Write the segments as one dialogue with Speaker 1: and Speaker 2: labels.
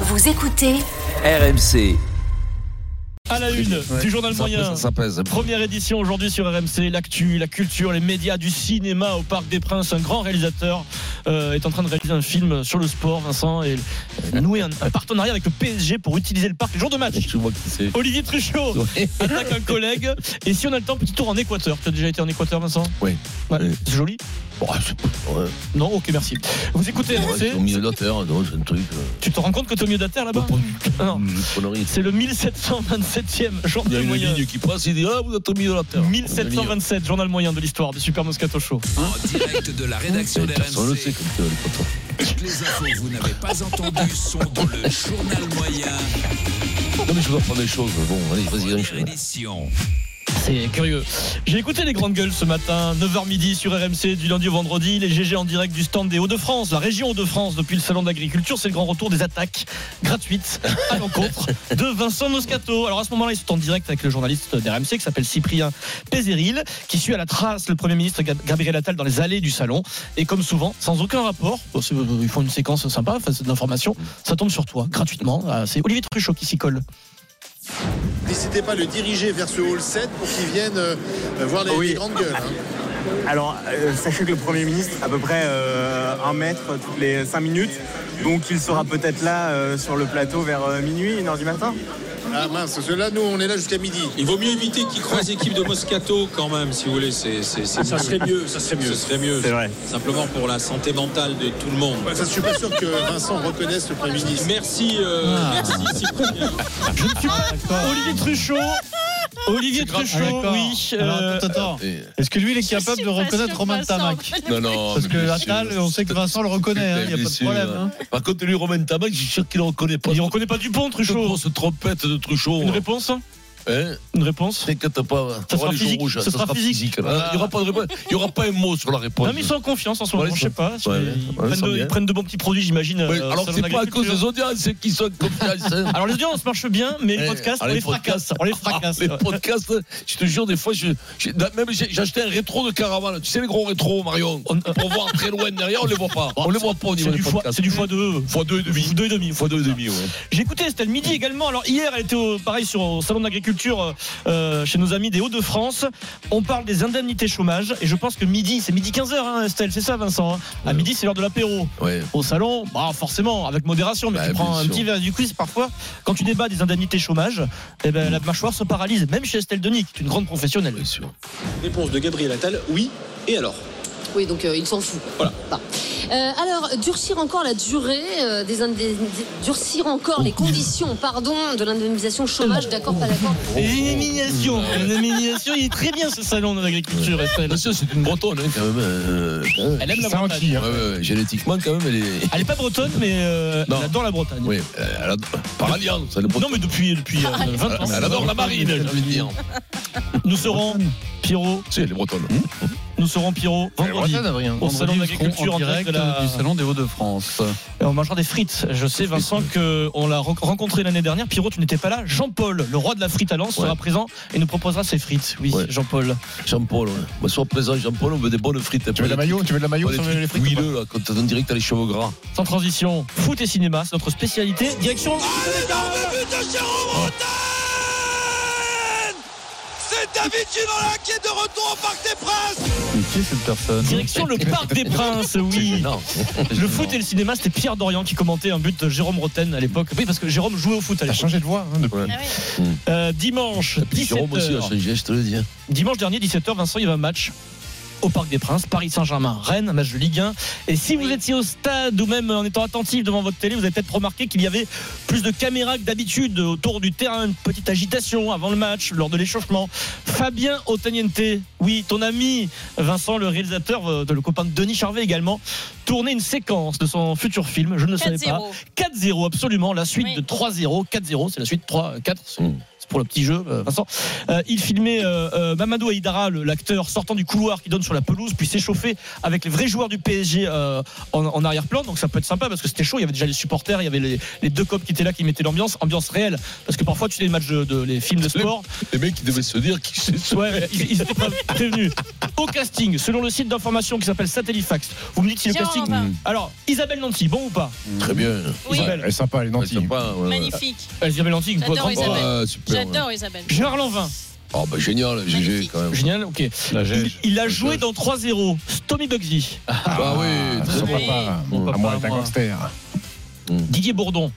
Speaker 1: Vous écoutez
Speaker 2: RMC.
Speaker 3: À la une du journal
Speaker 2: Ça
Speaker 3: moyen.
Speaker 2: pèse, ça pèse.
Speaker 3: Première édition aujourd'hui sur RMC, l'actu, la culture, les médias, du cinéma au Parc des Princes. Un grand réalisateur euh, est en train de réaliser un film sur le sport, Vincent, et euh, nouer un, un partenariat avec le PSG pour utiliser le parc les jours de match.
Speaker 2: Je vois qui c'est.
Speaker 3: Olivier Truchot attaque un collègue. Et si on a le temps, petit tour en Équateur. Tu as déjà été en Équateur, Vincent
Speaker 2: Oui.
Speaker 3: Ouais.
Speaker 2: Oui.
Speaker 3: C'est joli
Speaker 2: Bon, c'est- ouais,
Speaker 3: Non Ok, merci. Vous écoutez
Speaker 2: ouais, c'est au
Speaker 3: RMC,
Speaker 2: milieu de la terre, donc c'est un truc. euh,
Speaker 3: tu te rends compte que t'es au milieu de la terre là-bas Ah non.
Speaker 2: une connerie.
Speaker 3: C'est le 1727e jour
Speaker 2: Il y
Speaker 3: du
Speaker 2: a une
Speaker 3: moyen.
Speaker 2: ligne qui passe, il dit Ah, vous êtes au milieu de la terre.
Speaker 3: 1727, journal moyen de l'histoire du Super Moscato Show.
Speaker 4: En direct de la rédaction
Speaker 2: Personne ne le
Speaker 4: d'RMC,
Speaker 2: sait comme tu as les potos.
Speaker 4: toutes les infos que vous n'avez pas entendues sont dans le journal moyen,
Speaker 2: Non, mais je dois prendre des choses. Bon, allez, vas-y,
Speaker 4: première
Speaker 2: enchaîne.
Speaker 4: édition.
Speaker 3: C'est curieux. J'ai écouté les grandes gueules ce matin, 9h midi sur RMC, du lundi au vendredi, les GG en direct du stand des Hauts-de-France, la région Hauts-de-France depuis le salon d'agriculture. C'est le grand retour des attaques gratuites à l'encontre de Vincent Moscato. Alors à ce moment-là, ils sont en direct avec le journaliste d'RMC qui s'appelle Cyprien Pézéril, qui suit à la trace le Premier ministre Gab- Gabriel Attal dans les allées du salon. Et comme souvent, sans aucun rapport, bon, c'est- euh, ils font une séquence sympa, enfin, c'est de l'information, ça tombe sur toi, gratuitement. Ah, C'est Olivier Truchot qui s'y colle.
Speaker 5: N'hésitez pas à le diriger vers ce hall 7 pour qu'il vienne euh, voir les,
Speaker 6: Oui.
Speaker 5: les grandes gueules. hein.
Speaker 6: Alors, euh, sachez que le Premier ministre, à peu près euh, un mètre toutes les cinq minutes, donc il sera peut-être là euh, sur le plateau vers euh, minuit, une heure du matin.
Speaker 5: Ah mince, cela nous on est là jusqu'à midi.
Speaker 7: Il vaut mieux éviter qu'il croise l'équipe de Moscato quand même, si vous voulez. C'est, c'est- c'est- Ah, ça serait mieux, ça serait mieux.
Speaker 6: C'est vrai.
Speaker 7: Simplement pour la santé mentale de tout le monde.
Speaker 5: Enfin, je suis pas sûr que Vincent reconnaisse le Premier ministre.
Speaker 7: Merci, euh,
Speaker 3: Ah.
Speaker 7: merci Cyprien.
Speaker 3: Je ne suis pas Olivier Truchot. Olivier Truchot, oui. euh,
Speaker 8: Ah, Alors, attends, attends.
Speaker 2: Et-
Speaker 8: Est-ce que lui, il est
Speaker 9: Je
Speaker 8: capable
Speaker 9: suis
Speaker 8: de
Speaker 9: pas
Speaker 8: reconnaître
Speaker 9: sûre,
Speaker 8: Romain
Speaker 9: Vincent.
Speaker 8: Tamac
Speaker 2: Non, non.
Speaker 8: Parce
Speaker 2: mais
Speaker 8: que
Speaker 2: bien
Speaker 8: Attal,
Speaker 2: sûr.
Speaker 8: on sait que Vincent le reconnaît, il n'y
Speaker 2: Bien
Speaker 8: a pas de
Speaker 2: sûr.
Speaker 8: problème. hein.
Speaker 2: Par contre, lui, Romain Tamac, je suis sûr qu'il ne reconnaît pas.
Speaker 3: il reconnaît pas Dupont,
Speaker 2: cette
Speaker 3: Truchot.
Speaker 2: grosse trompette de Truchot.
Speaker 3: Une réponse
Speaker 2: Hein
Speaker 3: Une réponse
Speaker 2: T'inquiète pas.
Speaker 3: Ça
Speaker 2: t'auras
Speaker 3: sera
Speaker 2: les joues
Speaker 3: physique,
Speaker 2: rouges, hein.
Speaker 3: ça
Speaker 2: ça
Speaker 3: sera physique.
Speaker 2: là. Il n'y aura pas de réponse. Il y aura pas un mot sur la réponse.
Speaker 3: non mais ils sont en confiance en ce moment,
Speaker 2: Ouais,
Speaker 3: je sais pas.
Speaker 2: ouais,
Speaker 3: ils,
Speaker 2: ouais,
Speaker 3: prennent
Speaker 2: ça
Speaker 3: de,
Speaker 2: bien.
Speaker 3: ils prennent de bons petits produits j'imagine.
Speaker 2: Ouais,
Speaker 3: euh, au
Speaker 2: alors que
Speaker 3: salon
Speaker 2: c'est pas à
Speaker 3: d'agriculture.
Speaker 2: cause des audiences c'est qu'ils sont comme ça. hein.
Speaker 3: Alors les audiences marchent bien, mais les
Speaker 2: Eh,
Speaker 3: podcasts,
Speaker 2: ah,
Speaker 3: on
Speaker 2: les
Speaker 3: les fracasse.
Speaker 2: podcasts.
Speaker 3: On les
Speaker 2: Ah,
Speaker 3: fracasse.
Speaker 2: les
Speaker 3: ouais.
Speaker 2: podcasts, je te jure, des fois, je, j'ai- même j'ai j'ai acheté un rétro de caravane. Tu sais, les gros rétros, Marion,
Speaker 3: On- euh,
Speaker 2: pour voir très loin derrière, on les voit pas. On les voit pas au niveau
Speaker 3: C'est
Speaker 2: des
Speaker 3: du fois,
Speaker 2: podcasts.
Speaker 3: c'est du fois deux.
Speaker 2: Fois deux et demi.
Speaker 3: Deux et demi.
Speaker 2: Fois deux et demi, ouais.
Speaker 3: J'ai écouté, c'était le midi également. Alors hier, elle était au, pareil sur au salon de l'agriculture euh, chez nos amis des Hauts-de-France. On parle des indemnités chômage et je pense que midi, c'est midi 15h, hein, Estelle, c'est ça Vincent hein À
Speaker 2: Ouais.
Speaker 3: midi, c'est l'heure de l'apéro.
Speaker 2: Ouais.
Speaker 3: Au salon, bah forcément, avec modération, mais
Speaker 2: Bah,
Speaker 3: tu prends
Speaker 2: bien
Speaker 3: un
Speaker 2: sûr.
Speaker 3: petit verre du quiz parfois. Quand tu débats des indemnités chômage, eh ben, la mâchoire se paralyse, même chez Estelle Denis, qui est une grande professionnelle. Oh,
Speaker 2: Bien sûr.
Speaker 10: Réponse de Gabriel Attal, oui. Et alors
Speaker 9: Oui, donc euh, il s'en fout.
Speaker 10: Voilà.
Speaker 9: Bah. Euh, alors, durcir encore la durée euh, des, indé- durcir encore les conditions, pardon, de l'indemnisation chômage, d'accord, pas d'accord.
Speaker 3: Et une humiliation, oh.
Speaker 2: Mmh.
Speaker 3: une humiliation, il est très bien ce salon de l'agriculture, Estelle.
Speaker 2: Bien sûr, c'est une bretonne, hein, quand même. euh, hein.
Speaker 3: Elle aime la Bretagne.
Speaker 2: Ouais, ouais, ouais, génétiquement, quand même, elle est.
Speaker 3: Elle est pas bretonne, mais euh,
Speaker 2: Non.
Speaker 3: elle adore la Bretagne.
Speaker 2: Oui, elle a- par alliance, elle est
Speaker 3: Non
Speaker 2: bretonne.
Speaker 3: mais depuis, depuis euh, 20 ans.
Speaker 2: Ah, Elle adore la marine, j'ai envie de dire.
Speaker 3: Nous serons Pierrot,
Speaker 2: Tu sais, elle est bretonne.
Speaker 3: nous serons Pierrot vendredi. Au salon
Speaker 8: Vendredi,
Speaker 3: d'agriculture
Speaker 8: ils seront
Speaker 3: en direct de la-
Speaker 8: du salon des Hauts-de-France.
Speaker 3: Et on mangera des frites. Je sais Vincent que on l'a re- rencontré l'année dernière. Pierrot, tu n'étais pas là. Jean-Paul, le roi de la frite à Lens,
Speaker 2: Ouais.
Speaker 3: sera présent et nous proposera ses frites. Oui,
Speaker 2: Ouais.
Speaker 3: Jean-Paul.
Speaker 2: Jean-Paul, ouais. Bah, sois présent, Jean-Paul, on veut des bonnes frites.
Speaker 8: Tu veux de la maillot Tu veux de la maillot
Speaker 2: Pas des
Speaker 8: sur les
Speaker 2: frites
Speaker 8: frites ou pas
Speaker 2: huileux, là, quand on dirait que t'as les cheveux gras.
Speaker 3: Sans transition, foot et cinéma, c'est notre spécialité. Direction.
Speaker 7: Ah,
Speaker 8: Mais Qui est cette personne
Speaker 3: Direction le Parc des Princes, oui.
Speaker 2: Non.
Speaker 3: Le foot et le cinéma, c'était Pierre Dorian qui commentait un but de Jérôme Roten à l'époque. Oui, parce que Jérôme jouait au foot à
Speaker 8: T'as
Speaker 3: l'époque.
Speaker 8: changé de voix.
Speaker 2: Ah
Speaker 8: hein, depuis.
Speaker 3: Euh, dimanche,
Speaker 2: Puis Jérôme aussi a
Speaker 3: 17h.
Speaker 2: changé, je te le dis. hein.
Speaker 3: Dimanche dernier, 17h, Vincent, il y avait un match au Parc des Princes, Paris Saint-Germain, Rennes, un match de Ligue 1. Et si vous étiez au stade ou même en étant attentif devant votre télé, vous avez peut-être remarqué qu'il y avait plus de caméras que d'habitude autour du terrain, une petite agitation avant le match, lors de l'échauffement. Fabien Otaniente, oui, ton ami Vincent, le réalisateur, euh, de le copain de Denis Charvet également, tournait une séquence de son futur film, je ne le savais pas.
Speaker 9: 4-0.
Speaker 3: 4-0 absolument la suite
Speaker 9: Oui.
Speaker 3: de 3-0 4-0 c'est la suite 3-4 c'est
Speaker 2: Mm.
Speaker 3: c'est pour le petit jeu euh, Vincent Euh, il filmait euh, euh, Mamadou Aïdara le- l'acteur sortant du couloir qui donne sur la pelouse puis s'échauffer avec les vrais joueurs du PSG euh, en, en arrière-plan donc ça peut être sympa parce que c'était chaud il y avait déjà les supporters il y avait les, les deux copes qui étaient là qui mettaient l'ambiance ambiance réelle parce que parfois tu fais les matchs de, de- les films de sport euh,
Speaker 2: Les mecs, ils devaient se dire qui c'est ce
Speaker 3: ouais ils, ils étaient pré- prévenus au casting selon le site d'information qui s'appelle Satellifax vous me dites si le
Speaker 9: Jérôme
Speaker 3: fantastique.
Speaker 1: va.
Speaker 8: Mm.
Speaker 3: Alors, Isabelle Nanty, bon ou pas
Speaker 2: Très bien.
Speaker 1: Oui,
Speaker 3: Isabelle.
Speaker 8: Elle est sympa, elle est
Speaker 2: Ouais,
Speaker 8: gentille.
Speaker 2: sympa, ouais.
Speaker 1: magnifique.
Speaker 3: Euh, Isabelle Nanty,
Speaker 1: J'adore
Speaker 3: grand-
Speaker 1: Isabelle.
Speaker 2: Ouais, super, ouais.
Speaker 1: J'adore Isabelle.
Speaker 3: Gérard Lanvin,
Speaker 2: Ah bah génial, GG
Speaker 1: Magnifique.
Speaker 2: quand même.
Speaker 3: génial, ok.
Speaker 8: La
Speaker 3: Il,
Speaker 8: gège.
Speaker 3: il a joué dans 3-0, Tommy Bugsy,
Speaker 8: Ah,
Speaker 2: Bah oui, très
Speaker 8: Son
Speaker 2: bien.
Speaker 1: Oui.
Speaker 8: papa.
Speaker 3: Mon
Speaker 8: À
Speaker 3: papa,
Speaker 8: moi, est un
Speaker 3: moi.
Speaker 8: gangster.
Speaker 3: Didier Bourdon.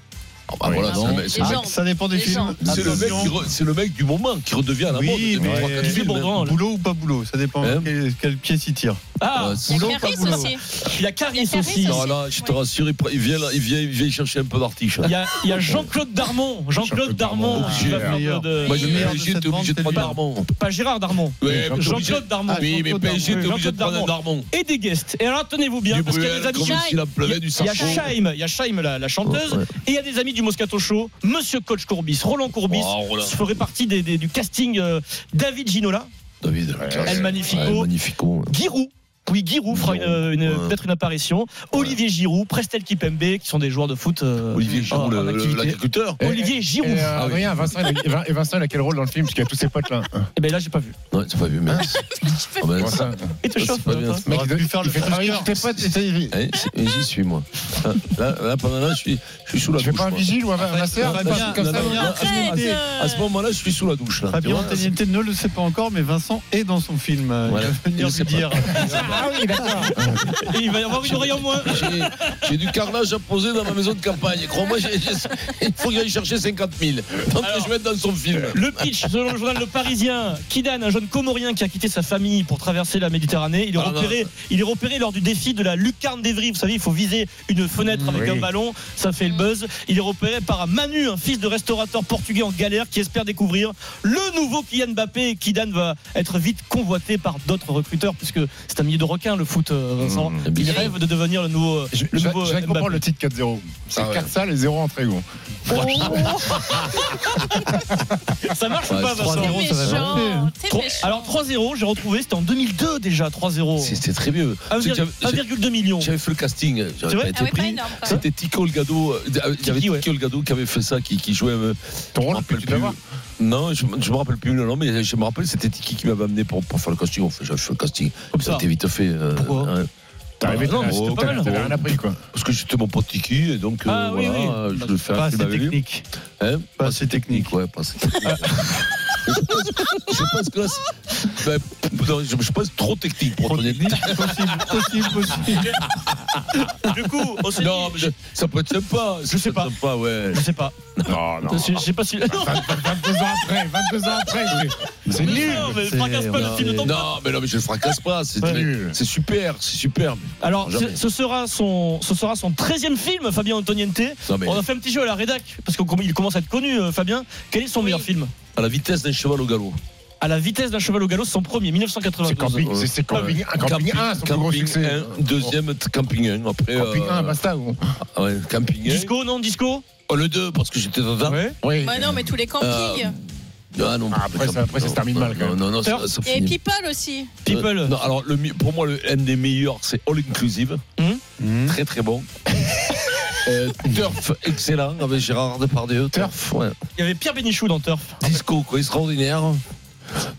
Speaker 2: Ah bah
Speaker 8: Oui,
Speaker 2: voilà,
Speaker 8: non.
Speaker 2: c'est le mec- c'est le
Speaker 1: Les
Speaker 2: mec-
Speaker 1: gens.
Speaker 8: Ça dépend des
Speaker 1: Les
Speaker 8: films.
Speaker 1: gens.
Speaker 2: c'est le mec qui re- c'est le mec du moment qui redevient à la mode.
Speaker 8: Oui,
Speaker 2: depuis
Speaker 8: mais-
Speaker 2: trois, quatre
Speaker 8: Didier
Speaker 2: films,
Speaker 3: Bourdon,
Speaker 2: hein.
Speaker 8: Boulot ou pas boulot Ça dépend
Speaker 2: Hein
Speaker 8: quel, quel pied s'y tire.
Speaker 3: Ah,
Speaker 2: Ouais,
Speaker 1: Il
Speaker 2: c'est-
Speaker 1: y
Speaker 8: Boulot,
Speaker 1: a Clarisse
Speaker 8: pas boulot.
Speaker 1: aussi.
Speaker 3: il a Caris
Speaker 1: Il y a
Speaker 3: aussi.
Speaker 1: Caris
Speaker 2: Non, Ah, là, je te rassure, il, pr- il vient, là- il, vient, il vient chercher un peu d'artiche.
Speaker 3: Il y a, il y a Jean-Claude Darmon, Jean-Claude
Speaker 8: Jean-Claude
Speaker 3: Darmon,
Speaker 8: Darmon,
Speaker 3: qui va
Speaker 8: le
Speaker 3: faire
Speaker 8: meilleur.
Speaker 3: de-
Speaker 2: hein. Moi, je
Speaker 8: Oui,
Speaker 2: suis
Speaker 8: oui.
Speaker 2: obligé, t'es obligé de
Speaker 8: Oui.
Speaker 2: prendre un Armand.
Speaker 3: pas Gérard Darmon,
Speaker 2: Ouais,
Speaker 8: Jean-Claude
Speaker 3: Jean-Claude Darmon.
Speaker 8: Ah,
Speaker 2: Oui, mais
Speaker 8: Jean-Claude
Speaker 2: PSG, t'es
Speaker 8: Darmon.
Speaker 2: obligé de prendre un
Speaker 3: Jean-Claude
Speaker 2: Armand.
Speaker 3: et des guests. Et alors tenez-vous bien,
Speaker 2: Du
Speaker 3: parce qu'il y a des
Speaker 2: Bruel,
Speaker 3: amis.
Speaker 2: comme s'il en pleuvait du
Speaker 3: Il y a
Speaker 2: sarceau.
Speaker 3: Shaim, il y a Shaim, la, la chanteuse,
Speaker 2: Ouais.
Speaker 3: et il y a des amis du Moscato Show, Monsieur Coach Courbis, Roland Courbis,
Speaker 2: Oh, Roland.
Speaker 3: qui ferait partie des- des- du casting euh, David Ginola,
Speaker 2: David, la classe.
Speaker 3: El Magnifico.
Speaker 2: Ouais, Magnifico.
Speaker 3: Giroud. Oui, Giroud fera une, une-
Speaker 2: Ouais.
Speaker 3: peut-être une apparition. Olivier Giroud, Prestel Kipembe, qui sont des joueurs de foot. euh,
Speaker 2: Olivier
Speaker 3: en-
Speaker 2: Giroud,
Speaker 3: en
Speaker 2: le- le-
Speaker 3: activité.
Speaker 2: l'agriculteur.
Speaker 3: Olivier Giroud.
Speaker 8: Et, euh,
Speaker 2: Ah oui.
Speaker 8: Rien, Vincent, il a- et Vincent, il a quel rôle dans le film Parce qu'il y a tous ses potes là.
Speaker 3: Eh ben là, j'ai pas vu.
Speaker 2: Non, t'as pas vu, mais. Ah ben, ça,
Speaker 8: Vincent.
Speaker 3: Et te
Speaker 2: c'est
Speaker 3: chauffe, hein.
Speaker 2: pas bien,
Speaker 3: Valentin.
Speaker 2: ça.
Speaker 8: Mec, il doit- il fait tout ce que tes potes. et ça, il-
Speaker 2: Eh, c'est- et J'y suis, moi. Ah, Là, là, pendant là, je suis, je suis sous la
Speaker 8: Tu fais
Speaker 2: douche.
Speaker 8: pas un
Speaker 2: moi.
Speaker 8: vigile ou un
Speaker 2: Arrête,
Speaker 8: master
Speaker 2: Fabien,
Speaker 8: comme
Speaker 2: non,
Speaker 8: ça
Speaker 2: non, non, À ce moment-là, je suis sous la douche. Là.
Speaker 11: Fabien
Speaker 2: Tu vois,
Speaker 11: Antoniente ne le sait pas encore, mais Vincent est dans son film. Euh,
Speaker 2: Voilà.
Speaker 11: Il va
Speaker 2: Il le
Speaker 11: venir
Speaker 2: sait
Speaker 11: lui dire.
Speaker 8: Ah oui, d'accord.
Speaker 3: Et il va y avoir une oreille en moins.
Speaker 2: J'ai- J'ai du carnage à poser dans ma maison de campagne. Crois-moi, j'ai- j'ai- il faut que j'aille chercher 50 000. Tant que je mette dans son film.
Speaker 3: Le pitch, selon le journal Le Parisien, Kidan, un jeune Comorien qui a quitté sa famille pour traverser la Méditerranée, il est,
Speaker 2: Ah,
Speaker 3: repéré, il est repéré lors du défi de la lucarne d'Evry. Vous savez, il faut viser une fenêtre avec
Speaker 8: Oui.
Speaker 3: un ballon, ça fait le buzz. Il est repéré par un Manu, un fils de restaurateur portugais en galère qui espère découvrir le nouveau Kylian Mbappé. Kidan va être vite convoité par d'autres recruteurs, puisque c'est un milieu de requins, le foot, euh, Vincent.
Speaker 2: Mmh,
Speaker 3: il
Speaker 2: bien
Speaker 3: rêve de devenir le nouveau, euh,
Speaker 8: Je
Speaker 3: le
Speaker 8: je-
Speaker 3: nouveau
Speaker 8: je viens de
Speaker 3: Mbappé.
Speaker 8: comprendre le titre 4-0. C'est
Speaker 2: Ah ouais.
Speaker 8: 4 salles et 0 entrée, gros.
Speaker 3: Ça marche
Speaker 2: Ouais,
Speaker 3: ou pas,
Speaker 2: c'est
Speaker 11: 3-0,
Speaker 3: Vincent
Speaker 1: T'es
Speaker 11: ça va
Speaker 1: méchant,
Speaker 11: marcher.
Speaker 1: t'es
Speaker 3: Trois-
Speaker 1: méchant.
Speaker 3: Alors 3-0, j'ai retrouvé, c'était en 2002 déjà, 3-0.
Speaker 2: C'est- C'était très vieux.
Speaker 3: Ah,
Speaker 2: C'est que j'avais-
Speaker 3: 1,2 million.
Speaker 2: J'avais fait le casting. euh,
Speaker 3: C'est
Speaker 2: J'avais
Speaker 3: vrai
Speaker 2: pas
Speaker 1: Ah
Speaker 2: été
Speaker 1: ouais, pas
Speaker 2: pris.
Speaker 1: énorme. quand même.
Speaker 2: C'était Tico le Gado. euh, Il y avait
Speaker 3: Tiki, ouais.
Speaker 2: Tico le Gado qui avait fait ça, qui, qui jouait. euh, je
Speaker 8: Ton
Speaker 2: me
Speaker 8: rôle que
Speaker 2: rappelle
Speaker 8: tu
Speaker 2: plus.
Speaker 8: dois avoir.
Speaker 2: Non, je, je me rappelle plus le nom, mais je me rappelle c'était Tiki qui m'avait amené pour, pour faire le casting. Enfin, j'avais fait le casting.
Speaker 3: Comme
Speaker 2: Ça a
Speaker 3: ça.
Speaker 2: été vite fait. euh,
Speaker 3: Pourquoi
Speaker 2: ouais.
Speaker 8: T'es arrivé,
Speaker 3: non,
Speaker 8: t'avais-
Speaker 3: mais c'était pas
Speaker 8: t'avais-
Speaker 3: mal.
Speaker 8: t'avais rien appris, quoi.
Speaker 2: Parce que j'étais mon pote Tiki, et donc euh,
Speaker 3: Ah oui,
Speaker 2: voilà,
Speaker 3: oui. Ah,
Speaker 2: euh, je le fais
Speaker 11: Pas
Speaker 2: un film
Speaker 11: assez
Speaker 2: avec lui.
Speaker 11: technique.
Speaker 2: Hein
Speaker 11: Pas assez technique.
Speaker 2: Ouais, pas assez technique. Je pense- je pense que là, c'est- ben, non, je, je pense trop technique pour ton équipe.
Speaker 11: Possible, possible, possible.
Speaker 3: Du coup, on s'est
Speaker 2: Non,
Speaker 3: dit-
Speaker 2: mais je- ça peut être sympa. ça
Speaker 3: Je sais
Speaker 2: peut être
Speaker 3: pas.
Speaker 2: Sympa, ouais.
Speaker 3: Je sais pas.
Speaker 8: Non, non.
Speaker 3: Je je sais pas
Speaker 2: Ah,
Speaker 3: si. Non,
Speaker 2: bah,
Speaker 8: 22 ans après, 22 ans après. C'est
Speaker 3: mais
Speaker 8: nul.
Speaker 3: non, mais
Speaker 11: c'est-
Speaker 3: fracasse pas le film de temps.
Speaker 2: Non, mais non, mais je le fracasse pas. C'est
Speaker 8: Ouais.
Speaker 2: très- c'est super, c'est super.
Speaker 3: Alors,
Speaker 2: Jamais.
Speaker 3: ce ce sera son, ce sera son 13e film, Fabien Antoniente.
Speaker 2: Non, mais
Speaker 3: On a fait un petit jeu à la rédac parce qu'il commence à être connu, euh, Fabien. Quel est son
Speaker 1: Oui.
Speaker 3: meilleur film
Speaker 2: à la vitesse d'un cheval au galop.
Speaker 3: À la vitesse d'un cheval au galop, son premier,
Speaker 8: C'est
Speaker 3: 1992.
Speaker 8: camping, c'est- c'est camping, un camping
Speaker 2: Camping
Speaker 8: 1, son plus gros
Speaker 2: Camping
Speaker 8: succès. Oh.
Speaker 2: 1, deuxième t- Camping 1. Après,
Speaker 8: Camping
Speaker 2: euh,
Speaker 8: 1, basta. gros.
Speaker 2: ah ouais, Camping 1.
Speaker 3: Disco, non, disco
Speaker 2: Oh, le 2, parce que j'étais dedans.
Speaker 3: Ouais.
Speaker 8: Oui.
Speaker 1: Bah non, mais tous les campings.
Speaker 2: Ah non,
Speaker 8: Ah, après,
Speaker 2: Camping-
Speaker 8: ça- après, ça se
Speaker 2: non,
Speaker 8: termine
Speaker 2: non,
Speaker 8: mal, quand
Speaker 2: Non,
Speaker 8: même.
Speaker 2: non, non, ça,
Speaker 3: Turf.
Speaker 2: ça
Speaker 1: Et
Speaker 2: finit.
Speaker 1: People aussi.
Speaker 3: People.
Speaker 2: Euh, non, alors, le, mi- pour moi, le, un des meilleurs, c'est All Inclusive.
Speaker 3: Hum.
Speaker 2: Très, très bon. Euh, Turf, excellent, avec Ah, Gérard Depardieu. Turf, ouais.
Speaker 3: Il y avait Pierre Bénichou dans Turf.
Speaker 2: Disco, quoi, extraordinaire.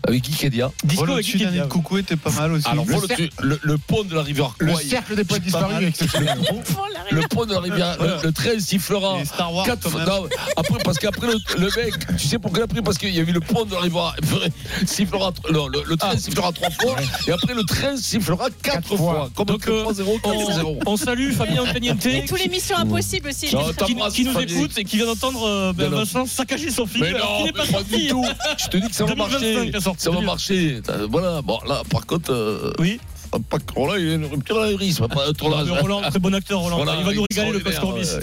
Speaker 2: Avec Ikedia.
Speaker 3: Disco
Speaker 11: Roland
Speaker 3: avec
Speaker 11: dessus d'un
Speaker 3: Kiki.
Speaker 11: nid de coucou était pas mal aussi.
Speaker 2: Alors,
Speaker 11: Le
Speaker 2: faut le, tu- le, le pont de la rivière
Speaker 8: Le
Speaker 2: Kouai.
Speaker 8: cercle des poètes
Speaker 2: C'est pas mal.
Speaker 8: disparus, exceptionnel.
Speaker 1: Pour la
Speaker 2: Le pont de la rivière, le, le train sifflera.
Speaker 11: Les Star Wars,
Speaker 2: Quatre
Speaker 11: quand
Speaker 2: fois-
Speaker 11: même.
Speaker 2: non, après, parce qu'après le, le mec, tu sais pourquoi après Parce qu'il y a eu le pont de la rivière. Sifflera, non, le, le train sifflera trois fois, et après le train sifflera quatre,
Speaker 8: Quatre
Speaker 2: fois.
Speaker 8: fois.
Speaker 2: Comme
Speaker 3: Donc,
Speaker 2: que
Speaker 3: euh,
Speaker 2: 3-0, 4-0.
Speaker 3: On salue Fabien Antoniente.
Speaker 1: Et tous les missions impossibles aussi.
Speaker 2: Non,
Speaker 1: J'ai-
Speaker 2: t'as-
Speaker 3: qui, qui nous
Speaker 2: Fabien.
Speaker 3: écoute et qui vient d'entendre euh, ben,
Speaker 2: Non, non.
Speaker 3: Vincent saccager son film
Speaker 2: Mais
Speaker 3: alors
Speaker 2: non,
Speaker 3: qu'il
Speaker 2: mais
Speaker 3: n'est pas
Speaker 2: pas du
Speaker 3: sorti.
Speaker 2: tout. Je te dis que ça va
Speaker 3: 2025
Speaker 2: marcher.
Speaker 3: la sortie
Speaker 2: Ça va
Speaker 3: du-
Speaker 2: marcher. Euh, Voilà, bon, là, par contre, euh,
Speaker 3: Oui, Ah,
Speaker 2: pas que- oh là, il y a une rupture d'anévrisme. Pas trop
Speaker 3: Roland, très bon acteur Roland.
Speaker 2: Voilà,
Speaker 3: il va nous
Speaker 2: il
Speaker 3: régaler le
Speaker 2: sort les
Speaker 3: post-corbis.
Speaker 2: verres, euh,